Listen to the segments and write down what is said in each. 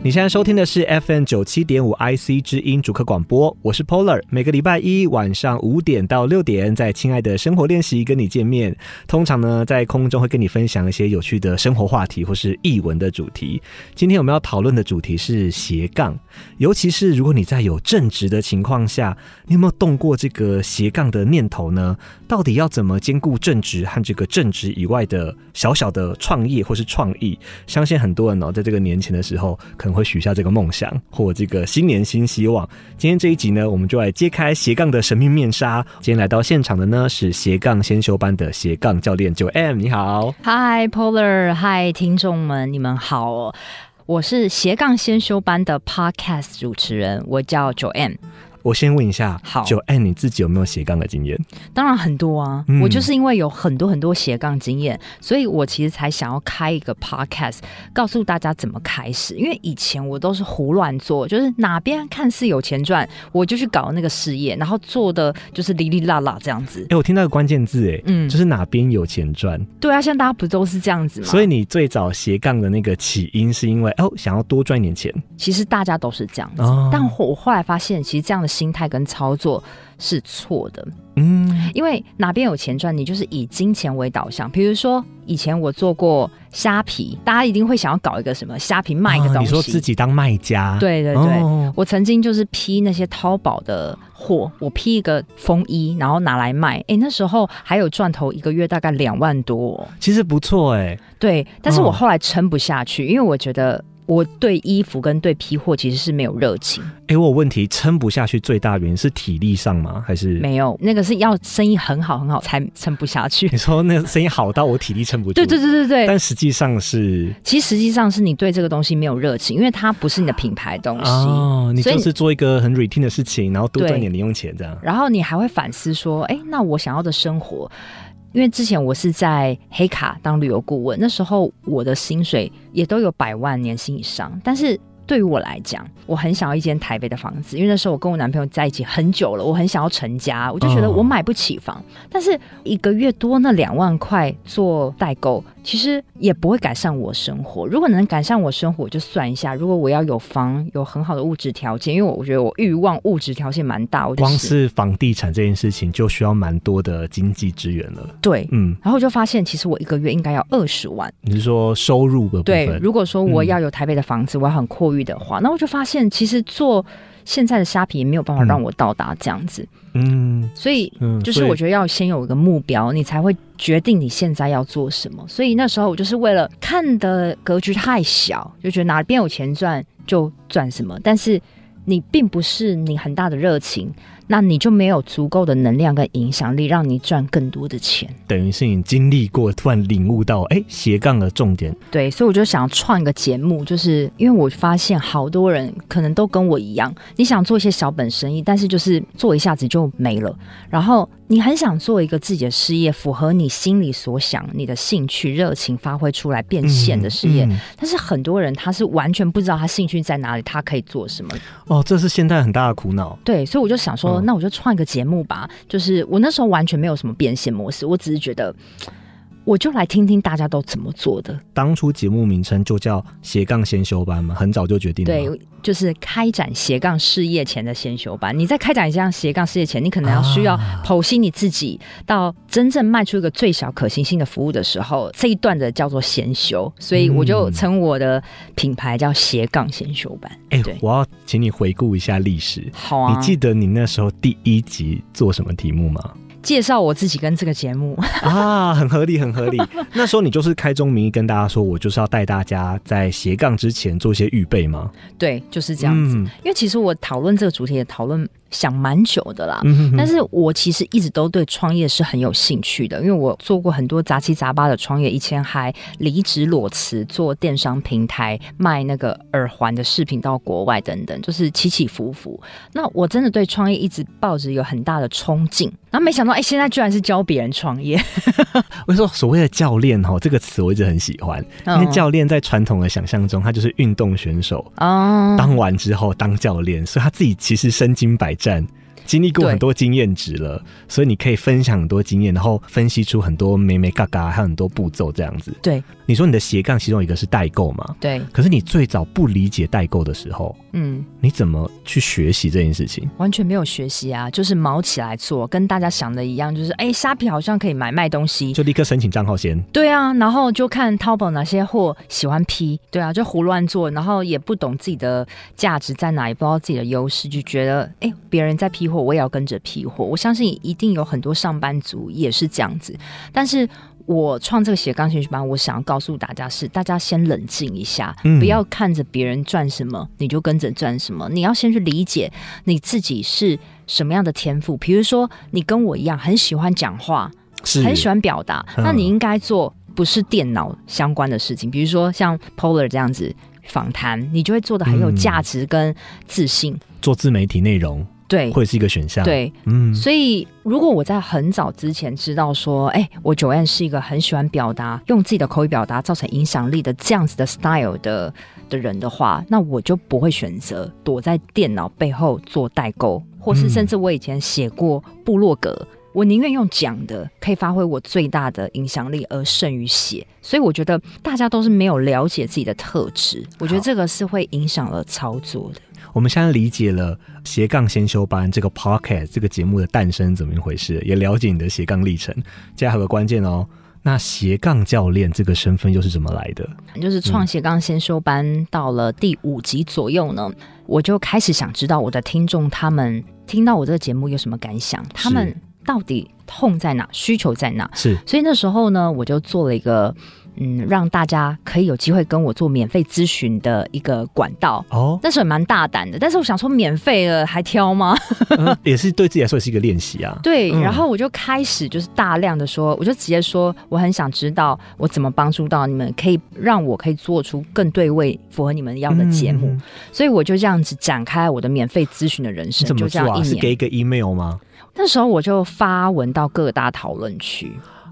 你现在收听的是 FM 九七点五 IC 之音主客广播，我是 Polar。每个礼拜一晚上五点到六点，在《亲爱的生活练习》跟你见面。通常呢，在空中会跟你分享一些有趣的生活话题或是译文的主题。今天我们要讨论的主题是斜杠，尤其是如果你在有正职的情况下，你有没有动过这个斜杠的念头呢？到底要怎么兼顾正职和这个正职以外的小小的创业或是创意？相信很多人哦，在这个年前的时候，可能会许下这个梦想或这个新年新希望。今天这一集呢，我们就来揭开斜杠的神秘面纱。今天来到现场的呢，是斜杠先修班的斜杠教练九 M，你好。嗨，Polar，嗨，听众们，你们好哦！我是斜杠先修班的 Podcast 主持人，我叫 Joanne。我先问一下，好九 M 你自己有没有斜杠的经验？当然很多啊，嗯我就是因为有很多很多斜杠经验，所以我其实才想要开一个 podcast，告诉大家怎么开始。因为以前我都是胡乱做，就是哪边看似有钱赚，我就去搞那个事业，然后做的就是哩哩啦啦这样子哎、。我听到个关键字，哎，嗯就是哪边有钱赚。对啊，现在大家不都是这样子吗？所以你最早斜杠的那个起因是因为哦，想要多赚一点钱其实大家都是这样子。哦。但我后来发现，其实这样的心态跟操作是错的，嗯，因为哪边有钱赚，你就是以金钱为导向。比如说，以前我做过虾皮，大家一定会想要搞一个什么虾皮卖一个哦东西，你说自己当卖家，对对对。哦我曾经就是批那些淘宝的货，我批一个风衣，然后拿来卖。诶，那时候还有赚头，一个月大概两万多哦、其实不错哎、对，但是哦我后来撑不下去，因为我觉得我对衣服跟对批货其实是没有热情。哎、我有问题，撑不下去最大原因是体力上吗？还是没有，那个是要生意很好很好才撑不下去你。说那个声音好到我体力撑不住？ 对对对对对，但实际上是其实实际上是你对这个东西没有热情，因为它不是你的品牌东西。哦，你所以就是做一个很 routine 的事情，然后多赚对点零用钱这样。然后你还会反思说，哎，那我想要的生活，因为之前我是在黑卡当旅游顾问，那时候我的薪水也都有百万年薪以上，但是。对于我来讲，我很想要一间台北的房子，因为那时候我跟我男朋友在一起很久了，我很想要成家，我就觉得哦我买不起房，嗯但是一个月多那两万块做代购，其实也不会改善我生活。如果能改善我生活，我就算一下，如果我要有房，有很好的物质条件，因为我觉得我欲望物质条件蛮大，我就光希是房地产这件事情就需要蛮多的经济支援了。对，嗯，然后我就发现，其实我一个月应该要二十万。你是说收入的部对，分？嗯如果说我要有台北的房子，我要很阔裕的话，那我就发现，其实做现在的虾皮也没有办法嗯让我到达这样子。嗯所以，嗯，就是所以我觉得要先有一个目标，你才会决定你现在要做什么。所以那时候我就是为了看的格局太小，就觉得哪边有钱赚就赚什么，但是你并不是你很大的热情，那你就没有足够的能量跟影响力，让你赚更多的钱。等于是你经历过，突然领悟到，哎，斜杠的重点。对，所以我就想创一个节目，就是因为我发现好多人可能都跟我一样，你想做一些小本生意，但是就是做一下子就没了。然后你很想做一个自己的事业，符合你心里所想、你的兴趣、热情发挥出来变现的事业。嗯嗯但是很多人他是完全不知道他兴趣在哪里，他可以做什么。哦，这是现代很大的苦恼。对，所以我就想说，嗯那我就创一个节目吧。就是我那时候完全没有什么变现模式，我只是觉得，我就来听听大家都怎么做的。当初节目名称就叫斜杠先修班嘛，很早就决定了吗。对，就是开展斜杠事业前的先修班。你在开展一项斜杠事业前，你可能要需要啊剖析你自己，到真正迈出一个最小可行性的服务的时候，这一段的叫做先修。所以我就嗯称我的品牌叫斜杠先修班。哎、对我要请你回顾一下历史。好啊，你记得你那时候第一集做什么题目吗？ 介绍我自己跟这个节目， 啊，很合理，很合理。那时候你就是开宗明义跟大家说，我就是要带大家在斜杠之前做一些预备吗？对，就是这样子。嗯因为其实我讨论这个主题也讨论想蛮久的啦，嗯哼哼但是我其实一直都对创业是很有兴趣的，因为我做过很多杂七杂八的创业，以前还离职裸辞做电商平台，卖那个耳环的饰品到国外等等，就是起起伏伏。那我真的对创业一直抱着有很大的冲劲，然后没想到哎、现在居然是教别人创 业，我说所谓的教练哈这个词，我一直很喜欢，嗯因为教练在传统的想象中，他就是运动选手，嗯哦当完之后当教练，所以他自己其实身经百战，经历过对很多经验值了，所以你可以分享很多经验，然后分析出很多美美嘎嘎，还有很多步骤这样子。对你说你的斜杠其中一个是代购嘛？对，可是你最早不理解代购的时候，嗯，你怎么去学习这件事情？完全没有学习啊，就是毛起来做，跟大家想的一样，就是哎，虾皮好像可以买卖东西，就立刻申请账号先。对啊，然后就看淘宝哪些货喜欢批，对啊，就胡乱做，然后也不懂自己的价值在哪，也不知道自己的优势，就觉得哎，别人在批货，我也要跟着批货。我相信一定有很多上班族也是这样子，但是。我创这个斜杠兴趣班，我想要告诉大家是，大家先冷静一下，嗯不要看着别人赚什么你就跟着赚什么，你要先去理解你自己是什么样的天赋。比如说，你跟我一样很喜欢讲话，是很喜欢表达，嗯那你应该做不是电脑相关的事情，比如说像 Polar 这样子访谈，你就会做的嗯很有价值跟自信。做自媒体内容对会是一个选项。，对，嗯，所以如果我在很早之前知道说，哎、我九燕是一个很喜欢表达，用自己的口语表达造成影响力的这样子的 style 的的人的话，那我就不会选择躲在电脑背后做代购，或是嗯甚至我以前写过部落格。我宁愿用讲的，可以发挥我最大的影响力，而胜于写。所以我觉得大家都是没有了解自己的特质，我觉得好这个是会影响而操作的。我们现在理解了斜杠先修班这个 podcast 这个节目的诞生怎么一回事，也了解你的斜杠历程。接下来有个关键哦，那斜杠教练这个身份又是怎么来的？就是创斜杠先修班到了第五集左右呢，我就开始想知道我的听众他们听到我这个节目有什么感想，他们到底痛在哪，需求在哪。是所以那时候呢，我就做了一个嗯，让大家可以有机会跟我做免费咨询的一个管道。、哦那时候也蛮大胆的，但是我想说免费了还挑吗？嗯也是对自己来说也是一个练习啊。对，嗯然后我就开始就是大量的说，我就直接说，我很想知道我怎么帮助到你们，可以让我可以做出更对位、符合你们要的节目，嗯所以我就这样子展开我的免费咨询的人你生，怎就么这做样啊？一是给年。一个 email 吗？那时候我就发文到各大讨论区，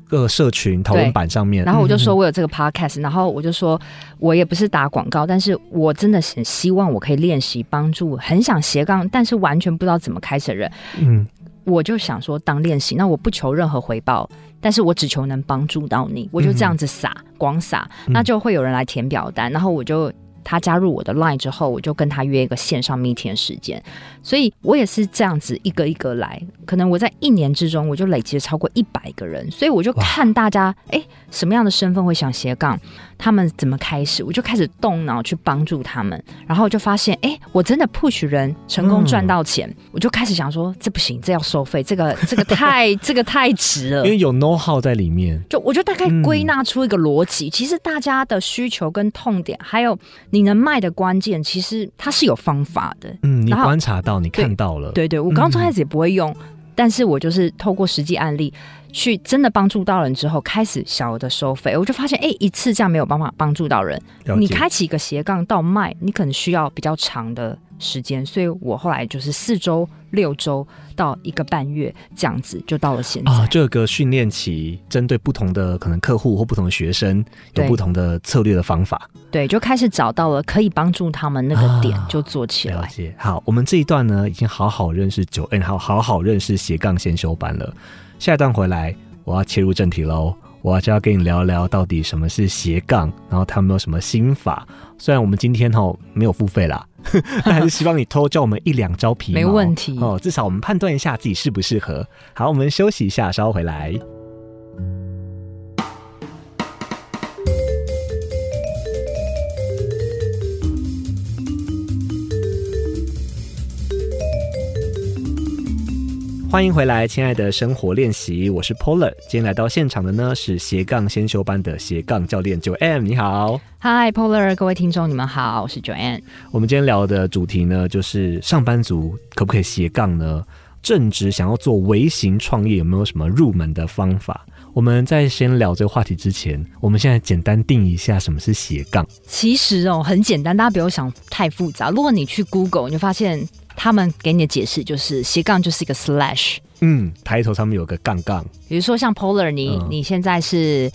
各个社群讨论对板上面，然后我就说嗯，我有这个 podcast，、然后我就说我也不是打广告，但是我真的很希望我可以练习帮助很想斜杠，但是完全不知道怎么开始的人，嗯，我就想说当练习，那我不求任何回报，但是我只求能帮助到你，我就这样子撒，光撒，嗯那就会有人来填表单，然后我就。他加入我的 LINE 之后，我就跟他约一个线上 meeting 的时间，所以我也是这样子一个一个来。可能我在一年之中，我就累积了超过一百个人，所以我就哇看大家，哎，什么样的身份会想斜杠，他们怎么开始，我就开始动脑去帮助他们。然后我就发现，哎，我真的 push 人成嗯功赚到钱，我就开始想说，这不行，这要收费，这个 这个太这个太值了因。为有 know how 在里面，就我就大概嗯归纳出一个逻辑，其实大家的需求跟痛点，还有你能卖的关键，其实它是有方法的。嗯，你然后观察到，你对看到了，，对对，我刚刚开始也不会用，但是我就是透过实际案例去真的帮助到人之后，开始小额的收费，我就发现，哎，一次这样没有办法帮助到人，了你解开启一个斜杠到卖，你可能需要比较长的时间，所以我后来就是四周、六周到一个半月这样子，就到了现在。啊，这个训练期针对不同的可能客户或不同的学生，有对不同的策略的方法。对，就开始找到了可以帮助他们那个点啊，就做起来。了解。好，我们这一段呢，已经好好认识九 N，还有好好认识斜杠先修班了。下一段回来，我要切入正题喽。我就要跟你聊聊到底什么是斜杠，然后他们有什么心法。虽然我们今天吼没有付费啦， 但还是希望你偷教我们一两招皮毛，没问题哦。至少我们判断一下自己适不适合。好，我们休息一下，稍后回来。欢迎回来，亲爱的生活练习，我是 Polar。今天来到现场的呢是斜杠先修班的斜杠教练九 M，你好。嗨，Polar，各位听众，你们好，我是 Joanne。我们今天聊的主题呢，就是上班族可不可以斜杠呢？正职想要做微型创业，有没有什么入门的方法？我们在先聊这个话题之前，我们现在简单定义一下什么是斜杠。其实哦，很简单，大家不要想太复杂。如果你去 Google，你就发现他们给你的解释就是斜杠就是一个 slash，嗯，抬头上面有个杠杠，比如说像 Polar，你、嗯你现在是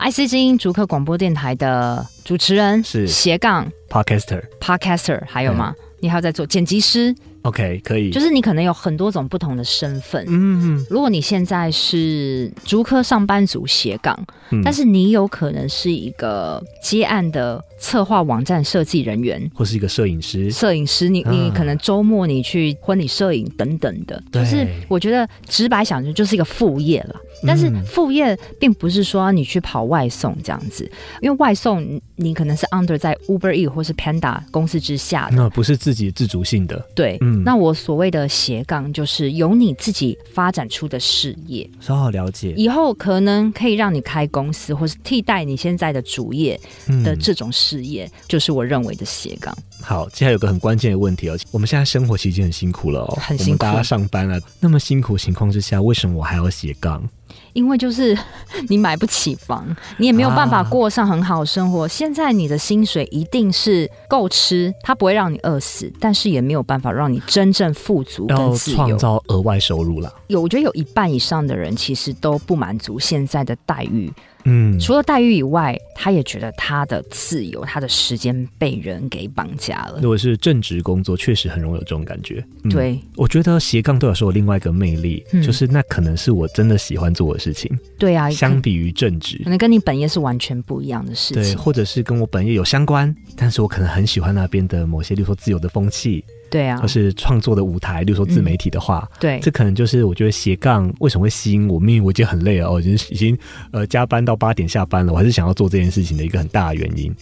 IC 之音逐客广播电台的主持人，是嗯斜杠 podcaster，嗯 podcaster，还有吗？你还有在做剪辑师， OK，可以，就是你可能有很多种不同的身份。嗯，如果你现在是竹科上班族斜杠，嗯但是你有可能是一个接案的策划网站设计人员、或是一个摄影师，摄影师，你你啊可能周末你去婚礼摄影等等的，对就是我觉得直白想就就是一个副业了。但是嗯副业并不是说你去跑外送这样子，因为外送你你可能是 under 在 Uber E 或是 Panda 公司之下的，那不是自己自主性的，对。嗯，那我所谓的斜杠，就是由你自己发展出的事业，稍好了解以后可能可以让你开公司，或是替代你现在的主业的嗯这种事业，就是我认为的斜杠。好，接下来有个很关键的问题哦，我们现在生活其实已经很辛苦了哦，很辛苦我们大家上班了，那么辛苦的情况之下，为什么我还要斜杠？因为就是 你买不起房，你也没有办法啊过上很好的生活。现在你的薪水一定是够吃，它不会让你饿死，但是也没有办法让你真正富足跟要自由哦创。造额外收入啦。有，我觉得有一半以上的人其实都不满足现在的待遇，嗯，除了待遇以外，他也觉得他的自由、他的时间被人给绑架了。如果是正职工作，确实很容易有这种感觉。嗯，对我觉得斜杠对我来说有另外一个魅力，嗯就是那可能是我真的喜欢做的事情，对啊，相可比于正职可。能跟你本业是完全不一样的事对，情。或者是跟我本业有相关，但是我可能很喜欢那边的某些，例如说自由的风气，对啊嗯或，是创作的舞台，例如说自媒体的话，对这可能就是我觉得斜杠为什么会吸引我，因为我已经很累了，哦我已经已经呃加班到八点下班了，我还是想要做这件事情的一个很大的原因。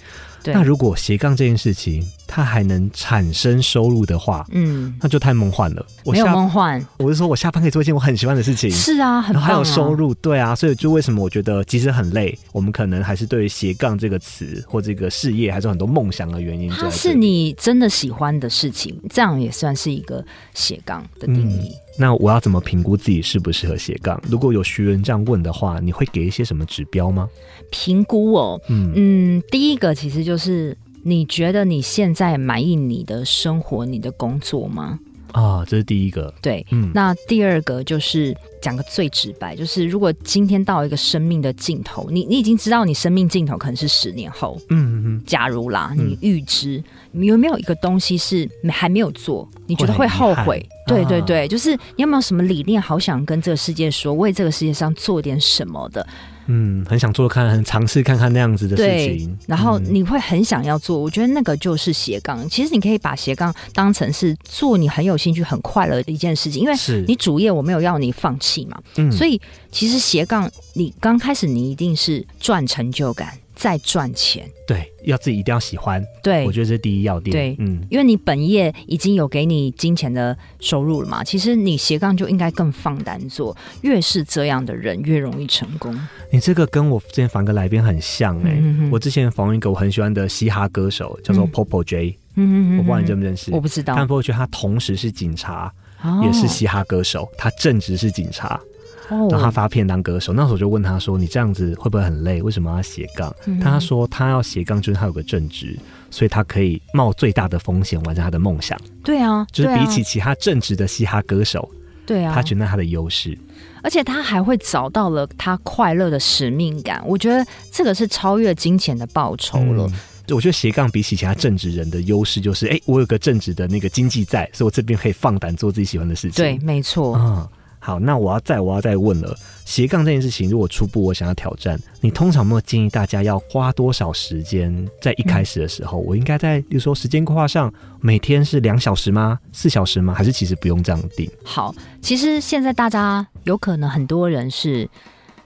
对那，如果斜杠这件事情它还能产生收入的话，嗯，那就太梦幻了。我没有下梦幻，我是说我下班可以做一件我很喜欢的事情。是啊，很然棒、后啊。还有收入，对啊，所以就为什么我觉得即使很累，我们可能还是对于斜杠这个词或这个事业还是有很多梦想的原因就在这它里。啊是你真的喜欢的事情，这样也算是一个斜杠的定义。那我要怎么评估自己适不适合斜杠？如果有学员这样问的话，你会给一些什么指标吗？评估哦，嗯嗯，第一个其实就是你觉得你现在满意你的生活、你的工作吗？啊，这是第一个。对。嗯，那第二个就是讲个最直白，就是如果今天到一个生命的尽头，你你已经知道你生命尽头可能是十年后，嗯嗯假如啦，嗯你预知、你有没有一个东西是还没有做，你觉得会会很后遗憾悔？对啊对对，就是你有没有什么理念，好想跟这个世界说，为这个世界上做点什么的？嗯，很想做看，很尝试看看那样子的事对情。，然后嗯你会很想要做，我觉得那个就是斜杠。其实你可以把斜杠当成是做你很有兴趣、很快乐的一件事情，因为是嗯你主业我没有要你放弃嘛，你所以以其实斜杠你刚开始你一定是赚成就感，再赚钱。对要自己一定要喜欢，对，我觉得这是第一要点。对嗯，因为你本业已经有给你金钱的收入了嘛，其实你斜杠就应该更放胆做，越是这样的人越容易成功。你这个跟我之前访个来宾很像哎、嗯嗯嗯我之前访问一个我很喜欢的嘻哈歌手，叫做嗯 Popo J，、嗯我不知道你认不认识。我不知但道， Popo J 他同时是警察，哦也是嘻哈歌手，他正职是警察。然后他哦，发片当歌手，那时候我就问他说：“你这样子会不会很累？为什么要斜杠？”嗯他说：“他要斜杠，就是他有个正职，所以他可以冒最大的风险完成他的梦想。对啊，就是对啊比起其他正职的嘻哈歌手，对啊，他觉得那他的优势。而且他还会找到了他快乐的使命感，我觉得这个是超越金钱的报酬了。我觉得斜杠比起其他正职人的优势就是，哎、我有个正职的那个经济在，所以我这边可以放胆做自己喜欢的事情。对，没错，啊、好，那我要再我要再问了，斜杠这件事情，如果初步我想要挑战，你通常有没有建议大家要花多少时间？在一开始的时候，我应该在，比如说时间规划上，每天是两小时吗？四小时吗？还是其实不用这样定？好，其实现在大家有可能很多人是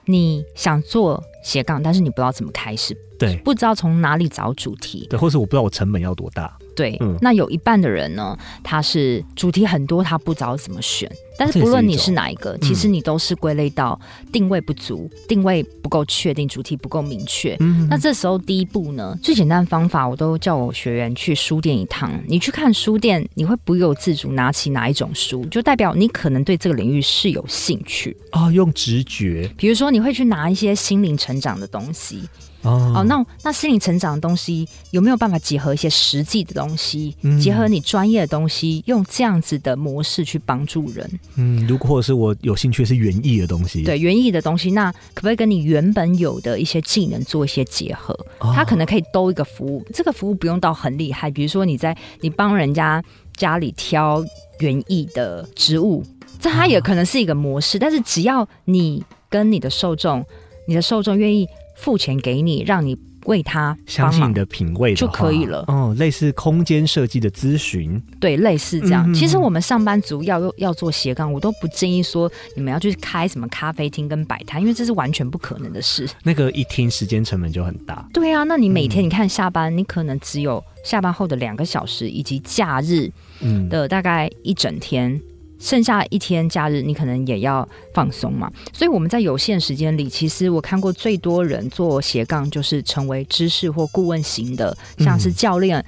你想做斜杠，但是你不知道怎么开始，对不知道从哪里找主题。对，或是我不知道我成本要多大，对，嗯那有一半的人呢，他是主题很多，他不知道怎么选。但是不论你是哪一个，这也是一种嗯其实你都是归类到定位不足、定位不够确定、主题不够明确。嗯那这时候第一步呢，最简单的方法，我都叫我学员去书店一趟。你去看书店，你会不由自主拿起哪一种书，就代表你可能对这个领域是有兴趣。哦，用直觉比如说，你会去拿一些心灵成长的东西，哦哦，那那心理成长的东西有没有办法结合一些实际的东西，嗯结合你专业的东西，用这样子的模式去帮助人？嗯，如果或者是我有兴趣的是园艺的东西，，对园艺的东西，那可不可以跟你原本有的一些技能做一些结合？哦它可能可以兜一个服务，这个服务不用到很厉害，比如说你在你帮人家家里挑。园艺的植物，这它也可能是一个模式。但是只要你跟你的受众，你的受众愿意付钱给你，让你为他相帮信忙你，的品味的就可以话了哦，类似空间设计的咨询，对，类似这样。嗯其实我们上班族要要做斜杠，我都不建议说你们要去开什么咖啡厅跟摆摊，因为这是完全不可能的事。那个一听时间成本就很大。对啊，那你每天嗯你看下班，你可能只有下班后的两个小时，以及假日嗯，的大概一整天，剩下一天假日你可能也要放松嘛。所以我们在有限时间里，其实我看过最多人做斜杠，就是成为知识或顾问型的，像是嗯教练、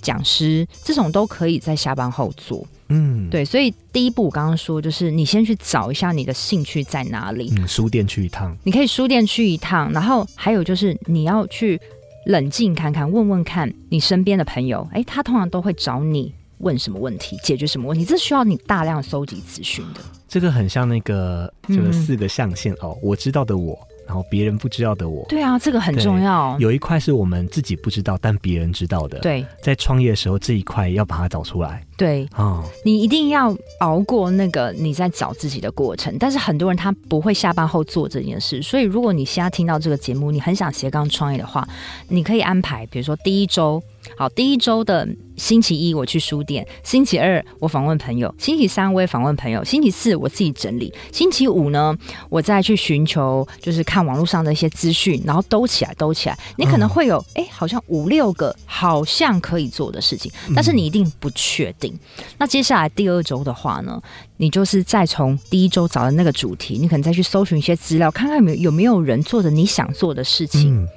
讲师这种都可以在下班后做。嗯，，对，所以第一步我刚刚说，就是你先去找一下你的兴趣在哪里，嗯，书店去一趟，你可以书店去一趟，然后还有就是你要去冷静看看，问问看你身边的朋友，诶，他通常都会找你问什么问题，解决什么问题，这需要你大量搜集资讯的。这个很像那个就是嗯四个象限、哦，我知道的我，然后别人不知道的我。对啊，这个很对重要。有一块是我们自己不知道，但别人知道的。，对在创业的时候，这一块要把它找出来对，哦。你一定要熬过那个你在找自己的过程。但是很多人他不会下班后做这件事，所以如果你现在听到这个节目，你很想斜杠创业的话，你可以安排，比如说第一周，好，第一周的星期一我去书店，星期二我访问朋友，星期三我也访问朋友，星期四我自己整理，星期五呢我再去寻求，就是看网络上的一些资讯，然后兜起来兜起来，你可嗯能会有哎、诶好像五六个好像可以做的事情，但是嗯你一定不确定。那接下来第二周的话呢，你就是再从第一周找的那个主题，你可能再去搜寻一些资料，看看有没有有没有人做着你想做的事情，嗯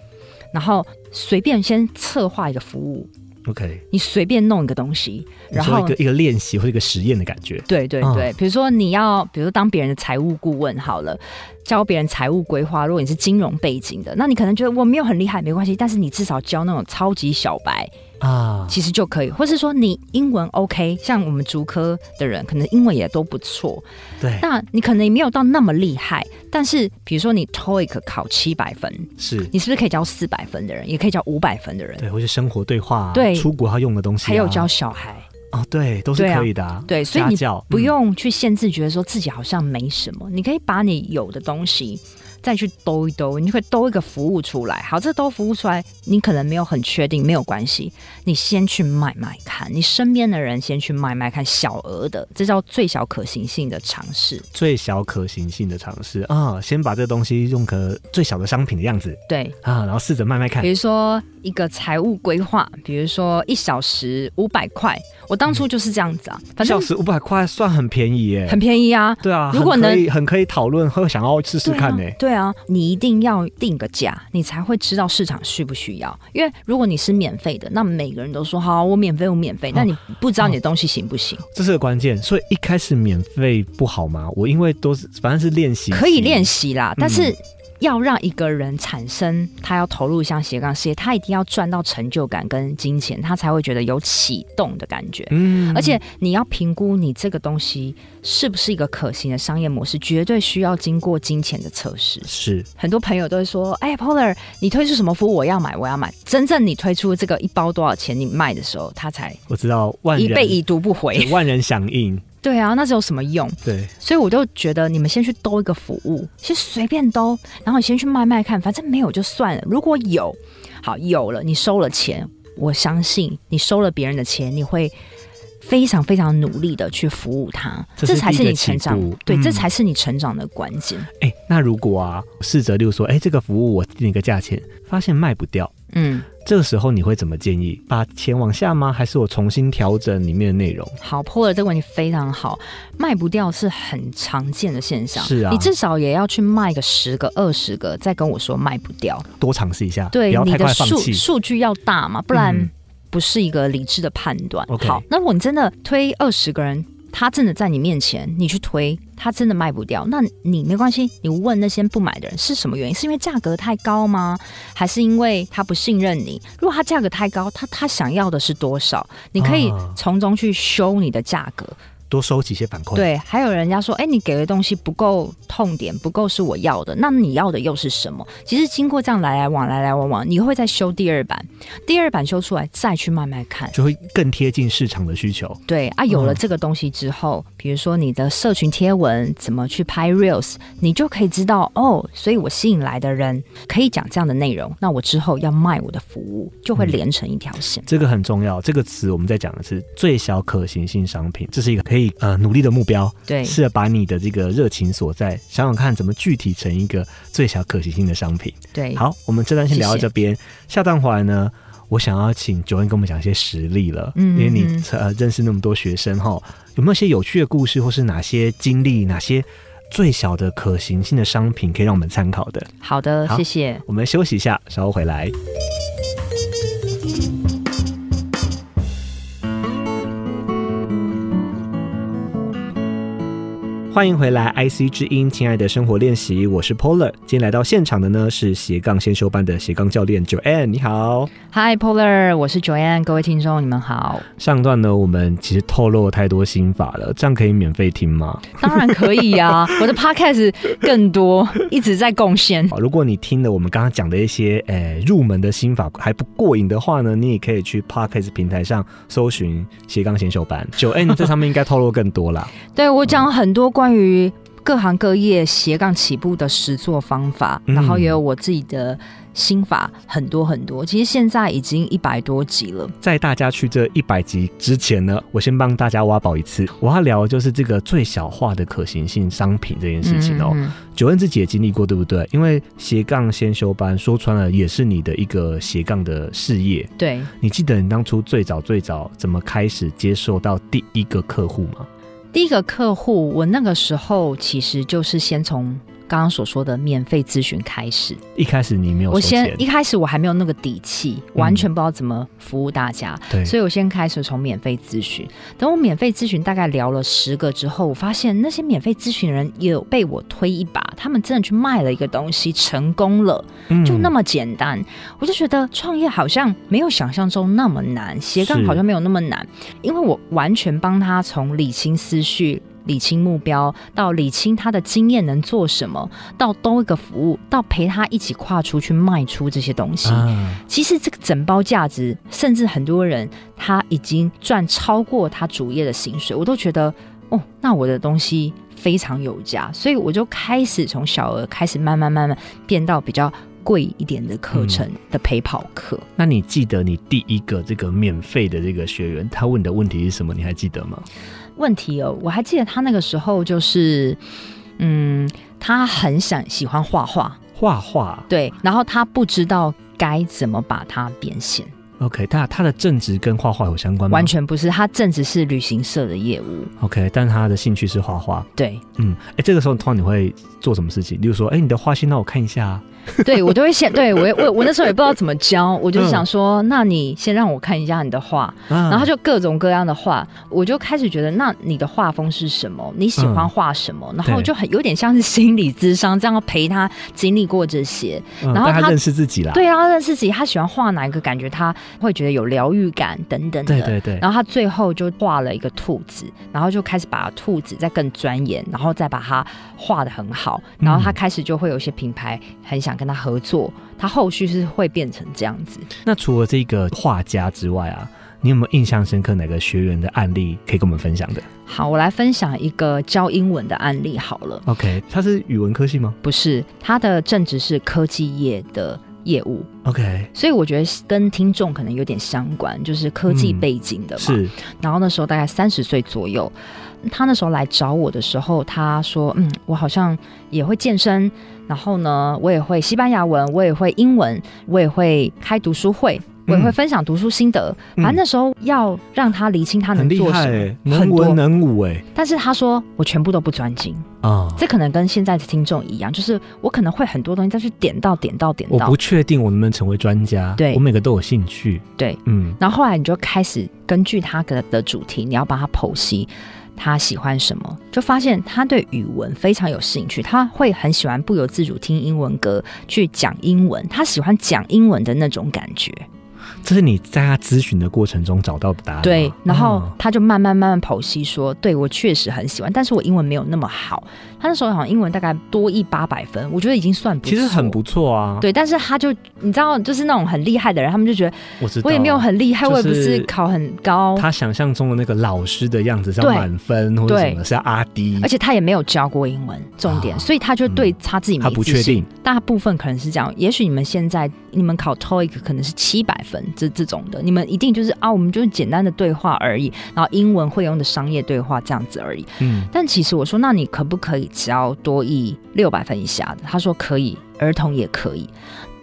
然后随便先策划一个服务， ，OK，你随便弄一个东西，你然说后一个一啊个练习或一个实验的感觉。对对对，比如说你要，比如说当别人的财务顾问好了，教别人财务规划。如果你是金融背景的，那你可能觉得我没有很厉害，没关系，但是你至少教那种超级小白，啊，其实就可以，或是说你英文 OK，像我们竹科的人，可能英文也都不错，对，那你可能也没有到那么厉害，但是比如说你 TOEIC 考七百分，是，你是不是可以教四百分的人，也可以教五百分的人，对，或是生活对话啊、对出国要用的东西啊、还有教小孩，哦，对，都是对啊可以的、啊对所以你家教不、嗯用去限制，觉得说自己好像没什么，你可以把你有的东西再去兜一兜，你会兜一个服务出来。好，这兜服务出来，你可能没有很确定，没有关系，你先去卖卖看，你身边的人先去卖卖看，小额的，这叫最小可行性的尝试。最小可行性的尝试啊，先把这东西用个最小的商品的样子对，啊，然后试着慢慢看比。如说一个财务规划，比如说一小时五百块，我当初就是这样子啊，反正小时五百块算很便宜耶，很便宜啊，对啊，如果很可能以很可以讨论，会想要试试看呢、对啊。对啊，你一定要定个价，你才会知道市场需不需要。因为如果你是免费的，那每个人都说好，我免费，我免哦费，但你不知道你的东西行不行，这是个关键。所以一开始免费不好吗？我因为都是反正是练习，可以练。习啦，但是。嗯要让一个人产生他要投入一项斜杠事业，他一定要赚到成就感跟金钱，他才会觉得有启动的感觉。嗯而且你要评估你这个东西是不是一个可行的商业模式，绝对需要经过金钱的测试。是很多朋友都会说：“哎呀，Polar，你推出什么服务我要买，我要买。”真正你推出这个一包多少钱，你卖的时候，它才我知道万一人被已读 不回。对万人响应，对啊，那是有什么用？对，所以我就觉得你们先去兜一个服务，先随便兜，然后你先去卖卖看，反正没有就算了。如果有，好有了，你收了钱，我相信你收了别人的钱，你会。非常非常努力的去服务他，这这是才第一是个你成起长步，对，这嗯才是你成长的关键。哎、那如果啊，试着例如说，哎、这个服务我定一个价钱，发现卖不掉，嗯，这个时候你会怎么建议？把钱往下吗？还是我重新调整里面的内容？好 p o l 这个问题非常好，卖不掉是很常见的现象。是啊你至少也要去卖个十个、二十个，再跟我说卖不掉。多尝试一下，对不要，你太的快放数弃。数据要大嘛，不然嗯不是一个理智的判断。 OK 好，那如果你真的推二十个人，他真的在你面前，你去推，他真的卖不掉，那你没关系，你问那些不买的人是什么原因？是因为价格太高吗？还是因为他不信任你？如果他价格太高，他他想要的是多少？你可以啊从中去修你的价格。多收集一些反馈。，对，还有人家说，哎，你给的东西不够痛点，不够是我要的，那你要的又是什么？其实经过这样来来往来来往往，你会再修第二版，第二版修出来再去慢慢看。就会更贴近市场的需求。对啊，有了嗯这个东西之后，比如说你的社群贴文怎么去拍 reels，你就可以知道哦，所以我吸引来的人可以讲这样的内容，那我之后要卖我的服务就会连成一条线。这个很重要，这个词我们在讲的是最小可行性商品，这是一个可以呃努力的目标，对，试着把你的这个热情所在，想想看怎么具体成一个最小可行性的商品。对，好，我们这段先聊到谢谢这边，下段回来呢，我想要请九恩跟我们讲一些实例了，嗯因为嗯你呃认识那么多学生哈，有没有一些有趣的故事，或是哪些经历，哪些最小的可行性的商品可以让我们参考的？好的，好谢谢。我们休息一下，稍后回来。欢迎回来，IC 之音，亲爱的生活练习，我是 Polar。今天来到现场的呢是斜杠先修班的斜杠教练 Joanne，你好。 Hi Polar，我是 Joanne，各位听众你们好。上段呢，我们其实透露了太多心法了，这样可以免费听吗？当然可以呀、 我的 Podcast 更多，一直在贡献。哦好，如果你听了我们刚刚讲的一些呃入门的心法还不过瘾的话呢，你也可以去 Podcast 平台上搜寻斜杠先修班九 N 这上面应该透露更多啦。 对我讲很多关于各行各业斜杠起步的实作方法，嗯然后也有我自己的心法，很多很多。其实现在已经一百多集了，在大家去这一百集之前呢，我先帮大家挖宝一次。我要聊的就是这个最小化的可行性商品这件事情哦。嗯嗯九恩自己也经历过，对不对？因为斜杠先修班说穿了也是你的一个斜杠的事业。嗯对。你记得你当初最早最早怎么开始接受到第一个客户吗？第一个客户，我那个时候其实就是先从。刚刚所说的免费咨询开始，一开始你没有我哦收先钱嗯一开始我还没有那个底气，完全不知道怎么服务大家。对，所以我先开始从免费咨询，等我免费咨询大概聊了十个之后，我发现那些免费咨询人也有被我推一把，他们真的去卖了一个东西，成功了，嗯就那么简单。我就觉得创业好像没有想象中那么难，斜杠是好像没有那么难，因为我完全帮他从理清思绪。理清目标，到理清他的经验能做什么，到兜一个服务，到陪他一起跨出去卖出这些东西。啊，其实这个整包价值，甚至很多人他已经赚超过他主业的薪水，我都觉得哦，那我的东西非常有价，所以我就开始从小额开始慢慢慢慢变到比较贵一点的课程的陪跑课。那你记得你第一个这个免费的这个学员，他问你的问题是什么？你还记得吗？问题哦，我还记得他那个时候就是，嗯，他很想喜欢画画，画画对，然后他不知道该怎么把它变现， ，OK，他他的正职跟画画有相关吗？完全不是，他正职是旅行社的业务， OK，但他的兴趣是画画，对。嗯，哎、这个时候通常你会做什么事情？例如说，哎、你的画线让我看一下、啊，对我都会先对我我我那时候也不知道怎么教，嗯我就想说，那你先让我看一下你的画，然然后他就各种各样的画，我就开始觉得，那你的画风是什么？你喜嗯欢画什么？然后我就很有点像是心理咨商这样陪他经历过这些，嗯然后但他他认识自己啦，对啊，认识自己，他喜欢画哪一个，感觉他会觉得有疗愈感等等的。对对对，然后他最后就画了一个兔子，然后就开始把兔子再更钻研，然后再把它画的很好，嗯然后他开始就会有一些品牌很想跟他合作，他后续是会变成这样子。那除了这个画家之外啊，你有没有印象深刻哪个学员的案例可以跟我们分享的好，我来分享一个教英文的案例好了， ？OK，他是语文科系吗不是他的正职是科技业的业务， ？OK，所以我觉得跟听众可能有点相关，就是科技嗯背景的嘛。是然后那时候大概三十岁左右，他那时候来找我的时候，他说：“嗯，我好像也会健身，然后呢，我也会西班牙文，我也会英文，我也会开读书会。”我也会分享读书心得，嗯反正那时候要让他厘清他能很厉做害、什么，欸，能文多。能武哎、但是他说我全部都不专精，啊、这可能跟现在的听众一样，就是我可能会很多东西，但是点到点到点我到不，确定我能不能成为专家，对我每个都有兴趣，对，嗯，然后后来你就开始根据他的的主题，你要帮他剖析他喜欢什么，就发现他对语文非常有兴趣，他会很喜欢不由自主听英文歌，去讲英文，他喜欢讲英文的那种感觉。这是你在他咨询的过程中找到的答案吗。对，然后哦他就慢慢慢慢剖析说，对我确实很喜欢，但是我英文没有那么好。他那时候好像英文大概多一八百分，我觉得已经算不错其实很不错啊。，对，但是他就你知道，就是那种很厉害的人，他们就觉得我知道。我也没有很厉害，就是我也不是考很高，他想象中的那个老师的样子是要对满分或者对什么是要阿低而，且他也没有教过英文，重点，嗯啊所以他就对他自己他没不自确信。定。大部分可能是这样，也许你们现在你们考 TOEIC 可能是七百分这这种的，你们一定就是啊，我们就是简单的对话而已，然后英文会用的商业对话这样子而已。嗯，但其实我说，那你可不可以只要多译六百分以下的？他说可以，儿童也可以。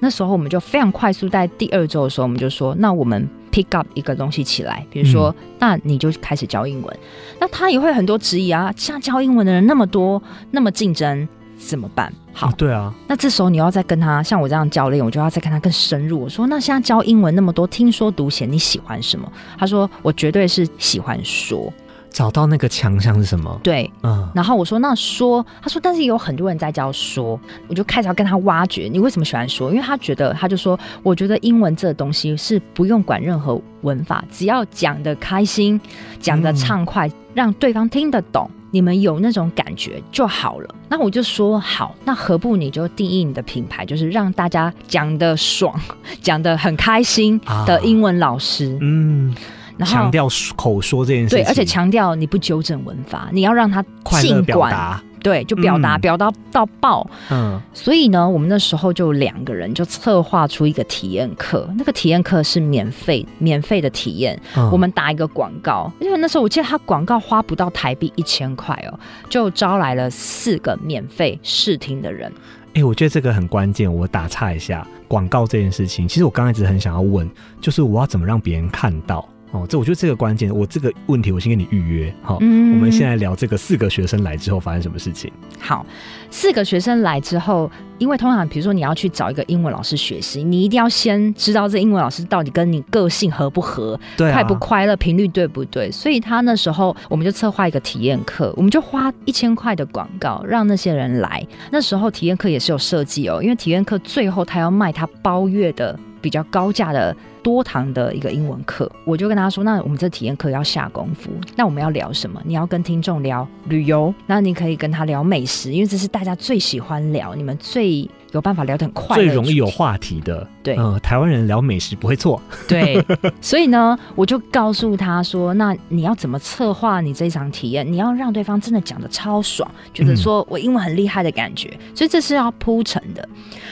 那时候我们就非常快速，在第二周的时候，我们就说，那我们 pick up 一个东西起来，比如说，那你就开始教英文。那他也会很多质疑啊，像教英文的人那么多，那么竞争，怎么办？好啊，对啊，那这时候你要再跟他，像我这样教练，我就要再跟他更深入。我说，那现在教英文那么多，听说读写，你喜欢什么？他说，我绝对是喜欢说。找到那个强项是什么？对，嗯，然后我说那说，他说但是有很多人在教说，我就开始要跟他挖掘你为什么喜欢说，因为他觉得他就说，我觉得英文这东西是不用管任何文法，只要讲的开心，讲的嗯畅快，让对方听得懂。你们有那种感觉就好了。那我就说好，那何不你就定义你的品牌，就是让大家讲的爽， 讲的很开心的英文老师。啊嗯，然后强调口说这件事情，对，而且强调你不纠正文法，你要让他快乐尽表管达，对，就表达、嗯表达到爆。嗯，所以呢，我们那时候就两个人就策划出一个体验课，那个体验课是免费免费的体验，嗯我们打一个广告，因为那时候我记得他广告花不到台币一千块哦，就招来了四个免费试听的人。哎、我觉得这个很关键。我打岔一下，广告这件事情，其实我刚开始很想要问，就是我要怎么让别人看到哦？这我觉得这个关键，我这个问题我先跟你预约好。嗯哦我们现在聊这个四个学生来之后发生什么事情？好，四个学生来之后，因为通常比如说你要去找一个英文老师学习，你一定要先知道这英文老师到底跟你个性合不合，对啊，快不快乐，频率对不对？所以他那时候我们就策划一个体验课，我们就花一千块的广告让那些人来。那时候体验课也是有设计哦，因为体验课最后他要卖他包月的比较高价的。多堂的一个英文课，我就跟他说：“那我们这体验课要下功夫，那我们要聊什么？你要跟听众聊旅游，那你可以跟他聊美食，因为这是大家最喜欢聊，你们最有办法聊得很快乐最的容易主有题话题的。对嗯、台湾人聊美食不会错。对，所以呢，我就告诉他说，那你要怎么策划你这一场体验？你要让对方真的讲的超爽，觉得说我英文很厉害的感觉，所以这是要铺陈的。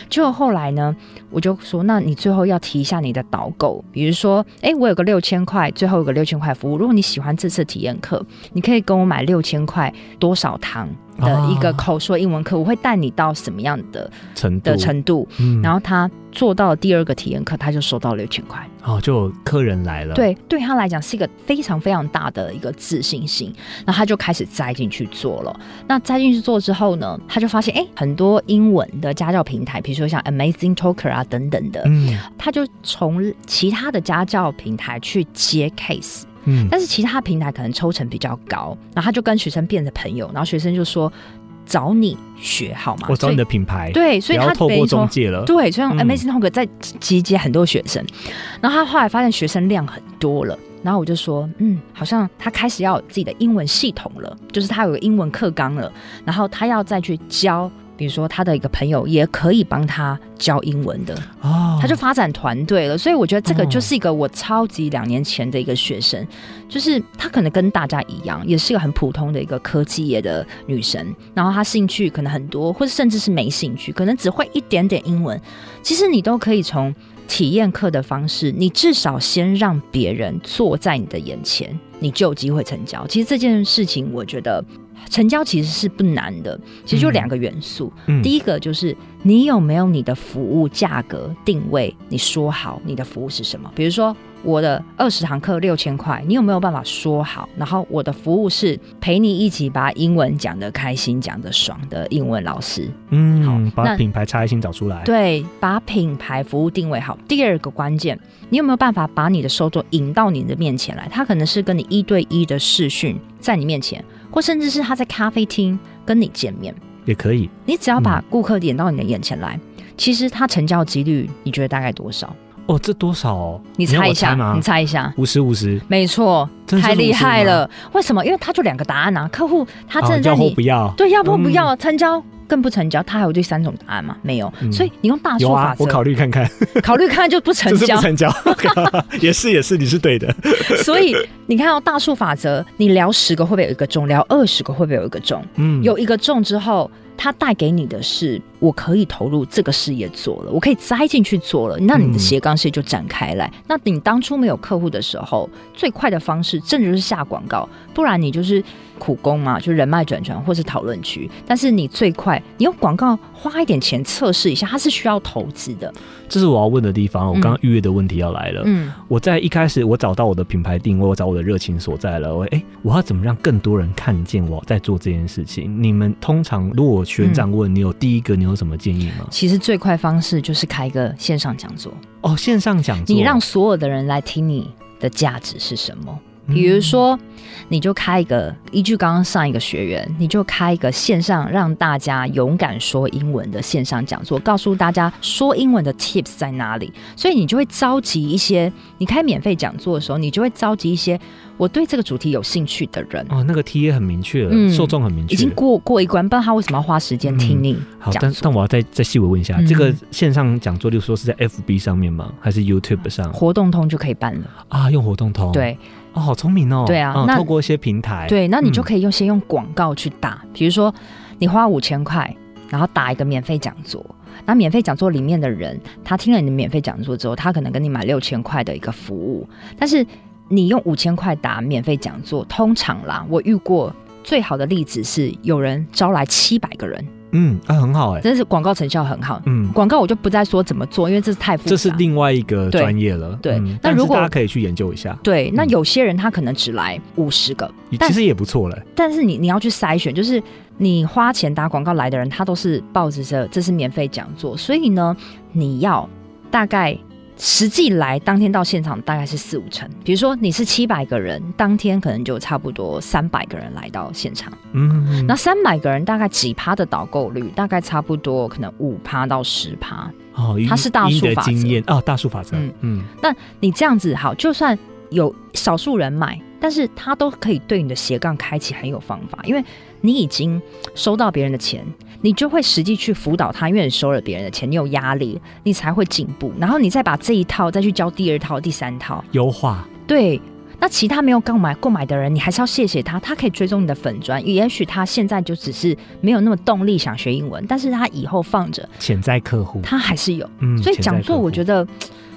就后来呢，我就说，那你最后要提一下你的导购，比如说，哎，我有个六千块，最后有个六千块服务，如果你喜欢这次体验课，你可以跟我买六千块多少堂的一个啊口说英文课，我会带你到什么样的程度的程度。嗯然后他做到第二个体验课，他就收到六千块。哦，就有客人来了。，对，对他来讲是一个非常非常大的一个自信心，然后他就开始栽进去做了。那栽进去做之后呢，他就发现，哎，很多英文的家教平台，比如说像 Amazing Talker 啊等等的，嗯他就从其他的家教平台去接 case，嗯，但是其他平台可能抽成比较高，然后他就跟学生变成朋友，然后学生就说找你学好吗？我找所以你的品牌，，对，所以不他要透等于过说中介了。对，所以用嗯 Amazing Talk 在集结很多学生，然后他后来发现学生量很多了，然后我就说，嗯，好像他开始要有自己的英文系统了，就是他有个英文课纲了，然后他要再去教。比如说，他的一个朋友也可以帮他教英文的，哦，他就发展团队了。所以我觉得这个哦就是一个我超级两年前的一个学生，就是她可能跟大家一样，也是一个很普通的一个科技业的女生，然后她兴趣可能很多，或者甚至是没兴趣，可能只会一点点英文。其实你都可以从体验课的方式，你至少先让别人坐在你的眼前，你就有机会成交。其实这件事情，我觉得成交其实是不难的，其实就嗯两个元素。嗯第一个就是你有没有你的服务价格定位，你说好你的服务是什么？比如说我的二十堂课六千块，你有没有办法说好？然后我的服务是陪你一起把英文讲得开心、讲得爽的英文老师。嗯，好把那品牌差异性找出来。对，把品牌服务定位好。第二个关键，你有没有办法把你的受众引到你的面前来？他可能是跟你一对一的视讯在你面前，或甚至是他在咖啡厅跟你见面。也可以。你只要把顾客点到你的眼前来，其实他成交几率，你觉得大概多少？哦，这多少、哦？你要猜我一下，吗你？猜一下，五十五十，没错，真的是太厉50害吗了。为什么？因为他就两个答案啊，客户他啊真的要在或你、不要？对要不不嗯要、成交。更不成交，他还有第三种答案嘛？没有，嗯所以你用大有数啊法，我则、考虑看看，考虑看就不 成就是交不。成 交，也是也是，你是对的， 所以你看到、大数法则，你聊十个会不会有一个中？聊二十个会不会有一个中？嗯，有一个中之后，它带给你的是，我可以投入这个事业做了，我可以栽进去做了，那你的嗯斜杠事业就展开来。那你当初没有客户的时候，最快的方式，真的就是下广告，不然你就是苦工嘛，就人脉转传或是讨论区。但是你最快，你用广告花一点钱测试一下，它是需要投资的。这是我要问的地方，我刚刚预约的问题要来了。嗯，我在一开始我找到我的品牌定位，我找我的热情所在了。我哎、我要怎么让更多人看见我在做这件事情？你们通常如果我学长嗯问、你有第一个，你有什么建议吗？其实最快方式就是开一个线上讲座，哦，线上讲座，你让所有的人来听你的价值是什么。比嗯如说，你就开一个，依据刚刚上一个学员，你就开一个线上让大家勇敢说英文的线上讲座，告诉大家说英文的 tips 在哪里。所以你就会召集一些，你开免费讲座的时候，你就会召集一些我对这个主题有兴趣的人，嗯、哦，那个 T A 很明确了，嗯受众很明确，已经过过一关，不然他为什么要花时嗯间听你好，讲但座？但我要再再细微问一下，嗯这个线上讲座，例如说是在 FB 上面吗？还是 YouTube 上活动通就可以办了，啊？用活动通，，呃对。哦，好聪明哦，对啊嗯那透过一些平台，，对，那你就嗯可以用先用广告去打，比如说你花五千块，然后打一个免费讲座。那免费讲座里面的人，他听了你的免费讲座之后，他可能跟你买六千块的一个服务，但是你用五千块打免费讲座，通常啦，我遇过最好的例子是有人招来七百个人，嗯，啊，很好哎、真是广告成效很好。嗯，广告我就不再说怎么做，因为这是太复杂。这是另外一个专业了，对嗯对但那如是果大家可以去研究一下，对，那嗯有些人他可能只来五十个，但其实也不错了，但是你你要去筛选，就是你花钱打广告来的人，他都是抱着这这是免费讲座，所以呢，你要大概实际来当天到现场大概是四五成，比如说你是七百个人，当天可能就差不多三百个人来到现场，嗯，那三百个人大概几趴的导购率，大概差不多可能五趴到十趴，哦，以它是大以你数的法则经验啊，大数法则嗯，嗯，你这样子好，就算有少数人买，但是他都可以对你的斜杠开启很有方法，因为你已经收到别人的钱，你就会实际去辅导他，因为你收了别人的钱，你有压力，你才会进步，然后你再把这一套再去教第二套、第三套，优化，对。那其他没有购买购买的人，你还是要谢谢他，他可以追踪你的粉砖。也许他现在就只是没有那么动力想学英文，但是他以后放着，潜在客户，他还是有。嗯，所以潜在讲座客户我觉得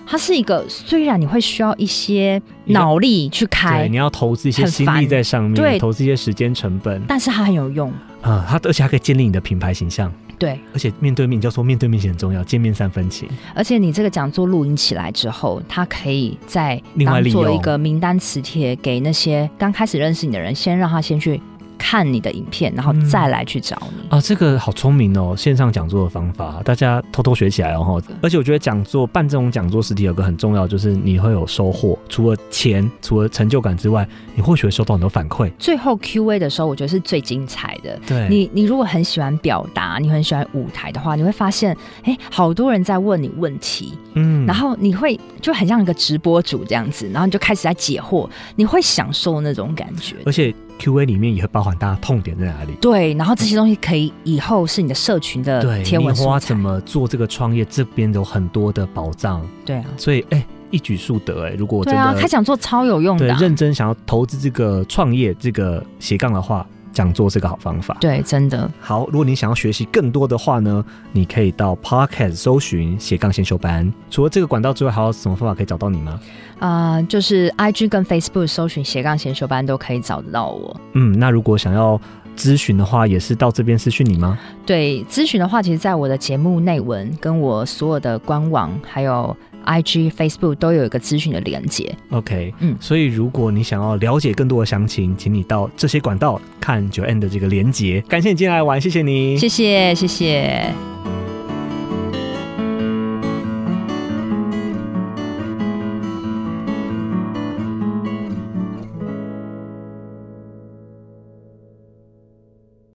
它是一个，虽然你会需要一些一个脑力去开对，你，要投资一些很心力烦在上面，对投资一些时间成本但是它很有用。啊，它而且还可以建立你的品牌形象。对，而且面对面，教授面对面很重要，见面三分情。而且你这个讲座录音起来之后，它可以再另外当利用做一个名单磁铁给那些刚开始认识你的人，先让他先去看你的影片，然后嗯再来去找你。啊，这个好聪明哦！线上讲座的方法，大家偷偷学起来哦。而且我觉得讲座办这种讲座实体有个很重要，就是你会有收获，除了钱，除了成就感之外，你或许会收到很多反馈。最后 Q&A 的时候，我觉得是最精彩的。对你你如果很喜欢表达，你很喜欢舞台的话，你会发现，哎，好多人在问你问题，嗯然后你会就很像一个直播主这样子，然后你就开始在解惑，你会享受那种感觉。而且 Q&A 里面也会包含大家痛点在哪里。对，然后这些东西可以以后是你的社群的对，贴你文素花材怎。么做这个创业，这边有很多的宝藏，对啊，所以哎、一举数得哎、如果我对真啊，的开讲座超有用对的啊、认真想要投资这个创业这个斜杠的话，讲座是个好方法。对，啊真的。好，如果你想要学习更多的话呢，你可以到 Podcast 搜寻斜杠先修班。除了这个管道之外，还有什么方法可以找到你吗？啊、就是 I G 跟 Facebook 搜寻斜杠先修班都可以找得到我。嗯，那如果想要咨询的话，也是到这边私讯你吗？对，咨询的话，其实在我的节目内文跟我所有的官网还有 I G、Facebook 都有一个咨询的连接。 OK，嗯所以如果你想要了解更多的详情，请你到这些管道看九 N 的这个连结。感谢你进来玩，谢谢你，谢谢，谢谢。